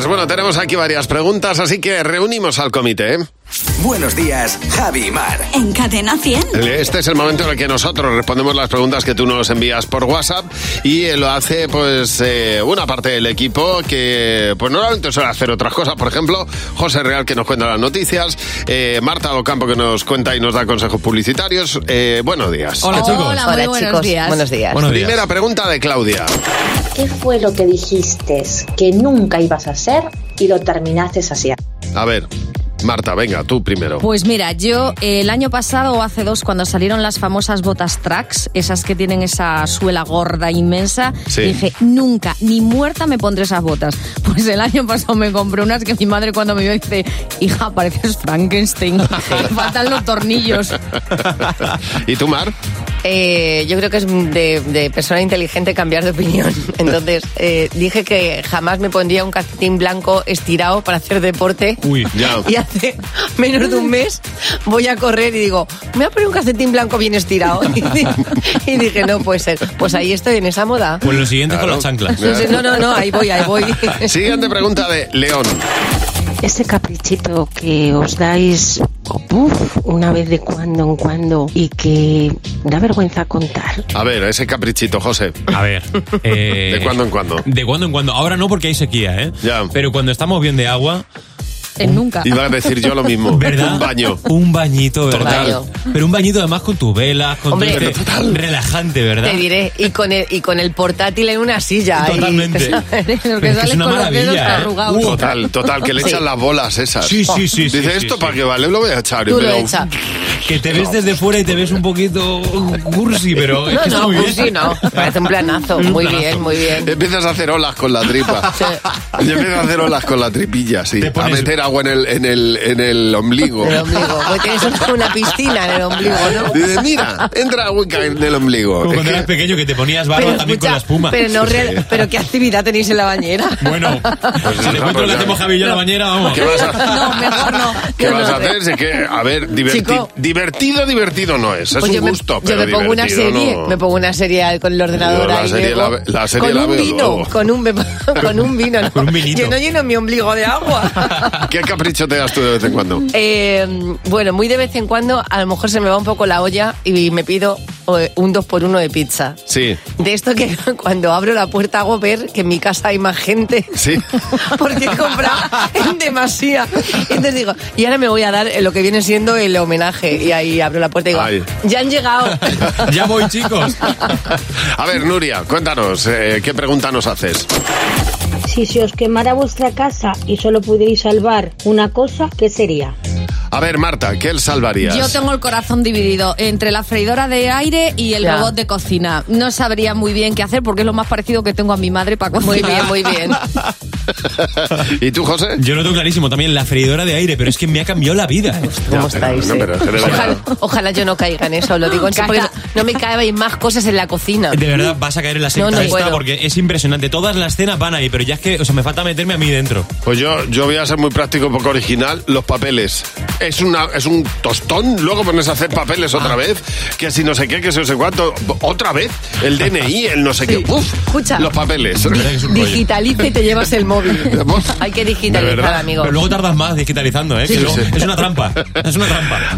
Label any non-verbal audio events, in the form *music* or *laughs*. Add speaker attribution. Speaker 1: Pues bueno, tenemos aquí varias preguntas, así que reunimos al comité. ¿eh?
Speaker 2: Buenos días, Javi y Mar.
Speaker 3: En Cadena 100.
Speaker 1: Este es el momento en el que nosotros respondemos las preguntas que tú nos envías por WhatsApp y eh, lo hace pues eh, una parte del equipo que pues normalmente suele hacer otras cosas. Por ejemplo, José Real que nos cuenta las noticias, eh, Marta Ocampo que nos cuenta y nos da consejos publicitarios. Eh, buenos días.
Speaker 4: Hola, chicos.
Speaker 5: Hola, muy buenos días.
Speaker 4: Buenos días.
Speaker 1: Buenos días. Primera pregunta de Claudia.
Speaker 6: ¿Qué fue lo que dijiste que nunca ibas a hacer y lo terminaste haciendo?
Speaker 1: A ver, Marta, venga, tú primero.
Speaker 5: Pues mira, yo eh, el año pasado o hace dos, cuando salieron las famosas botas tracks, esas que tienen esa suela gorda inmensa,
Speaker 1: Sí.
Speaker 5: dije, nunca, ni muerta me pondré esas botas. *laughs* Pues el año pasado me compré unas que mi madre cuando me vio dice, hija, pareces
Speaker 4: *laughs*
Speaker 5: Frankenstein, te *laughs* faltan los tornillos.
Speaker 1: *laughs* ¿Y tú, Mar?
Speaker 4: Eh, yo creo que es de, de persona inteligente cambiar de opinión. *laughs* Entonces, eh, dije que jamás me pondría un calcetín blanco estirado para hacer deporte. *laughs*
Speaker 1: Uy, ya.
Speaker 4: Y hace menos de un mes voy a correr y digo, me voy a poner un calcetín blanco bien estirado. *laughs* Y, di- y dije, no puede ser. Pues ahí estoy en esa moda.
Speaker 7: Pues lo siguiente
Speaker 1: Claro.
Speaker 7: con las chanclas.
Speaker 4: No, sé, no, no, no, ahí voy, ahí voy.
Speaker 1: Ah, Siguiente pregunta de León.
Speaker 8: Ese Este caprichito que os dais oh, puf, una vez de cuando en cuando y que da vergüenza contar.
Speaker 1: A ver, ese caprichito, José. *laughs*
Speaker 7: A ver. eh,
Speaker 1: De cuando en cuando.
Speaker 7: De cuando en cuando. Ahora no porque hay sequía, ¿eh?
Speaker 1: Ya.
Speaker 7: Pero cuando estamos bien de agua,
Speaker 5: En nunca.
Speaker 1: Iba a decir yo lo mismo.
Speaker 7: ¿verdad?
Speaker 1: Un baño.
Speaker 7: Un bañito, ¿verdad?
Speaker 4: Total.
Speaker 7: Pero un bañito además con tus velas, con
Speaker 4: Hombre.
Speaker 7: todo este- relajante,
Speaker 4: *laughs*
Speaker 7: ¿verdad?
Speaker 4: Te diré, y con el, y con el portátil en una silla. ahí.
Speaker 7: Totalmente.
Speaker 4: *laughs*
Speaker 5: Los
Speaker 7: Pero
Speaker 5: que
Speaker 7: es que es
Speaker 5: salen
Speaker 7: una
Speaker 5: con los dedos
Speaker 7: maravilla, ¿eh?
Speaker 5: arrugados.
Speaker 7: Uh,
Speaker 1: Total, total, que le echan las bolas esas.
Speaker 7: Sí, sí, sí, sí,
Speaker 1: Dice,
Speaker 7: sí,
Speaker 1: ¿esto
Speaker 7: sí.
Speaker 1: para qué vale? Lo voy a echar. y
Speaker 4: Tú
Speaker 1: me
Speaker 4: lo
Speaker 1: lo-
Speaker 4: echa.
Speaker 7: Que te ves desde fuera y te ves un poquito cursi, pero es
Speaker 4: No,
Speaker 7: que está
Speaker 4: no,
Speaker 7: muy
Speaker 4: pues
Speaker 7: bien.
Speaker 4: sí, no. Parece un planazo. Muy
Speaker 7: planazo.
Speaker 4: bien, muy bien.
Speaker 1: Empiezas a hacer olas con la tripa.
Speaker 4: *laughs* Sí.
Speaker 1: Y empiezas a hacer olas con la tripilla, sí.
Speaker 7: Te
Speaker 1: A
Speaker 7: pones-
Speaker 1: meter agua en el, en el, en el ombligo.
Speaker 4: El
Speaker 1: *laughs*
Speaker 4: ombligo. Pues tienes una, una piscina en el ombligo, ¿no?
Speaker 1: Dice, mira, entra agua en el ombligo.
Speaker 7: Como
Speaker 1: Es
Speaker 7: cuando
Speaker 1: que-
Speaker 7: eras pequeño que te ponías barro también
Speaker 4: escucha,
Speaker 7: con la espuma.
Speaker 4: pero, no real- pero ¿qué actividad tenéis en la bañera? *laughs*
Speaker 7: Bueno, si te
Speaker 1: no,
Speaker 7: cuento
Speaker 1: pues
Speaker 7: lo que
Speaker 1: ya.
Speaker 7: hacemos Javi y yo en la bañera, vamos.
Speaker 1: ¿Qué vas a,
Speaker 4: No, mejor no.
Speaker 1: qué
Speaker 4: No,
Speaker 1: vas
Speaker 4: no,
Speaker 1: a hacer? Si es que, a ver, diverti-
Speaker 4: Chico.
Speaker 1: divertido, divertido no es. Es
Speaker 4: Pues
Speaker 1: un
Speaker 4: yo me,
Speaker 1: gusto,
Speaker 4: yo
Speaker 1: pero
Speaker 4: me pongo una
Speaker 1: divertido
Speaker 4: serie,
Speaker 1: no.
Speaker 4: me pongo una serie al- con el ordenador
Speaker 1: Yo la
Speaker 4: ahí
Speaker 1: serie
Speaker 4: luego.
Speaker 1: la ve- la serie
Speaker 4: con
Speaker 1: la
Speaker 4: un
Speaker 1: veo
Speaker 4: vino,
Speaker 1: luego.
Speaker 4: con un be- con un vino, ¿no?
Speaker 7: Con un vinito.
Speaker 4: Yo no lleno mi ombligo de agua.
Speaker 1: *laughs* ¿Qué capricho te das tú de vez en cuando?
Speaker 4: Eh, bueno, muy de vez en cuando a lo mejor se me va un poco la olla y me pido eh, un 2 por 1 de pizza.
Speaker 1: Sí.
Speaker 4: De esto que *laughs* cuando abro la puerta hago ver que en mi casa hay más gente.
Speaker 1: Sí.
Speaker 4: *laughs* Porque he comprado en demasía. Entonces digo, y ahora me voy a dar lo que viene siendo el homenaje. Y ahí abro la puerta y digo,
Speaker 1: Ay.
Speaker 4: ya han
Speaker 5: *laughs*
Speaker 4: llegado.
Speaker 7: Ya voy, chicos.
Speaker 1: A ver, Nuria, cuéntanos, eh, ¿qué pregunta nos haces?
Speaker 9: Si se os quemara vuestra casa y solo pudierais salvar una cosa, ¿qué sería?
Speaker 1: A ver, Marta, ¿qué él salvarías?
Speaker 5: Yo tengo el corazón dividido entre la freidora de aire y el
Speaker 4: Ya.
Speaker 5: robot de cocina. No sabría muy bien qué hacer porque es lo más parecido que tengo a mi madre para
Speaker 4: Muy
Speaker 5: cocinar.
Speaker 4: bien, muy bien.
Speaker 1: *laughs* ¿Y tú, José?
Speaker 7: Yo lo tengo clarísimo también, la freidora de aire, pero es que me ha cambiado la vida.
Speaker 4: ¿Cómo
Speaker 1: pero-
Speaker 4: estáis?
Speaker 1: no,
Speaker 4: eh?
Speaker 1: pero es que de verdad.
Speaker 4: ojalá, ojalá yo no caiga en eso, lo digo en serio, porque
Speaker 5: Caca.
Speaker 4: no me caen más cosas en la cocina.
Speaker 7: De verdad, vas a caer en la secta
Speaker 4: No, no
Speaker 7: esta
Speaker 4: puedo.
Speaker 7: porque es impresionante. Todas las cenas van ahí, pero ya es que, o sea, me falta meterme a mí dentro.
Speaker 1: Pues yo, yo voy a ser muy práctico, poco original. Los papeles. Es, una, es un tostón, luego pones a hacer papeles otra vez, que si no sé qué, que si no sé cuánto, otra vez, el DNI, el no sé qué. Uf,
Speaker 4: Escucha.
Speaker 1: Los papeles.
Speaker 7: De verdad que es un rollo.
Speaker 4: Digitaliza y te llevas el móvil.
Speaker 1: Vos-
Speaker 4: Hay que
Speaker 1: ¿De
Speaker 4: digitalizar,
Speaker 1: verdad?
Speaker 4: amigo.
Speaker 7: Pero luego tardas más digitalizando, ¿eh? Que luego- Es una trampa. Es una trampa.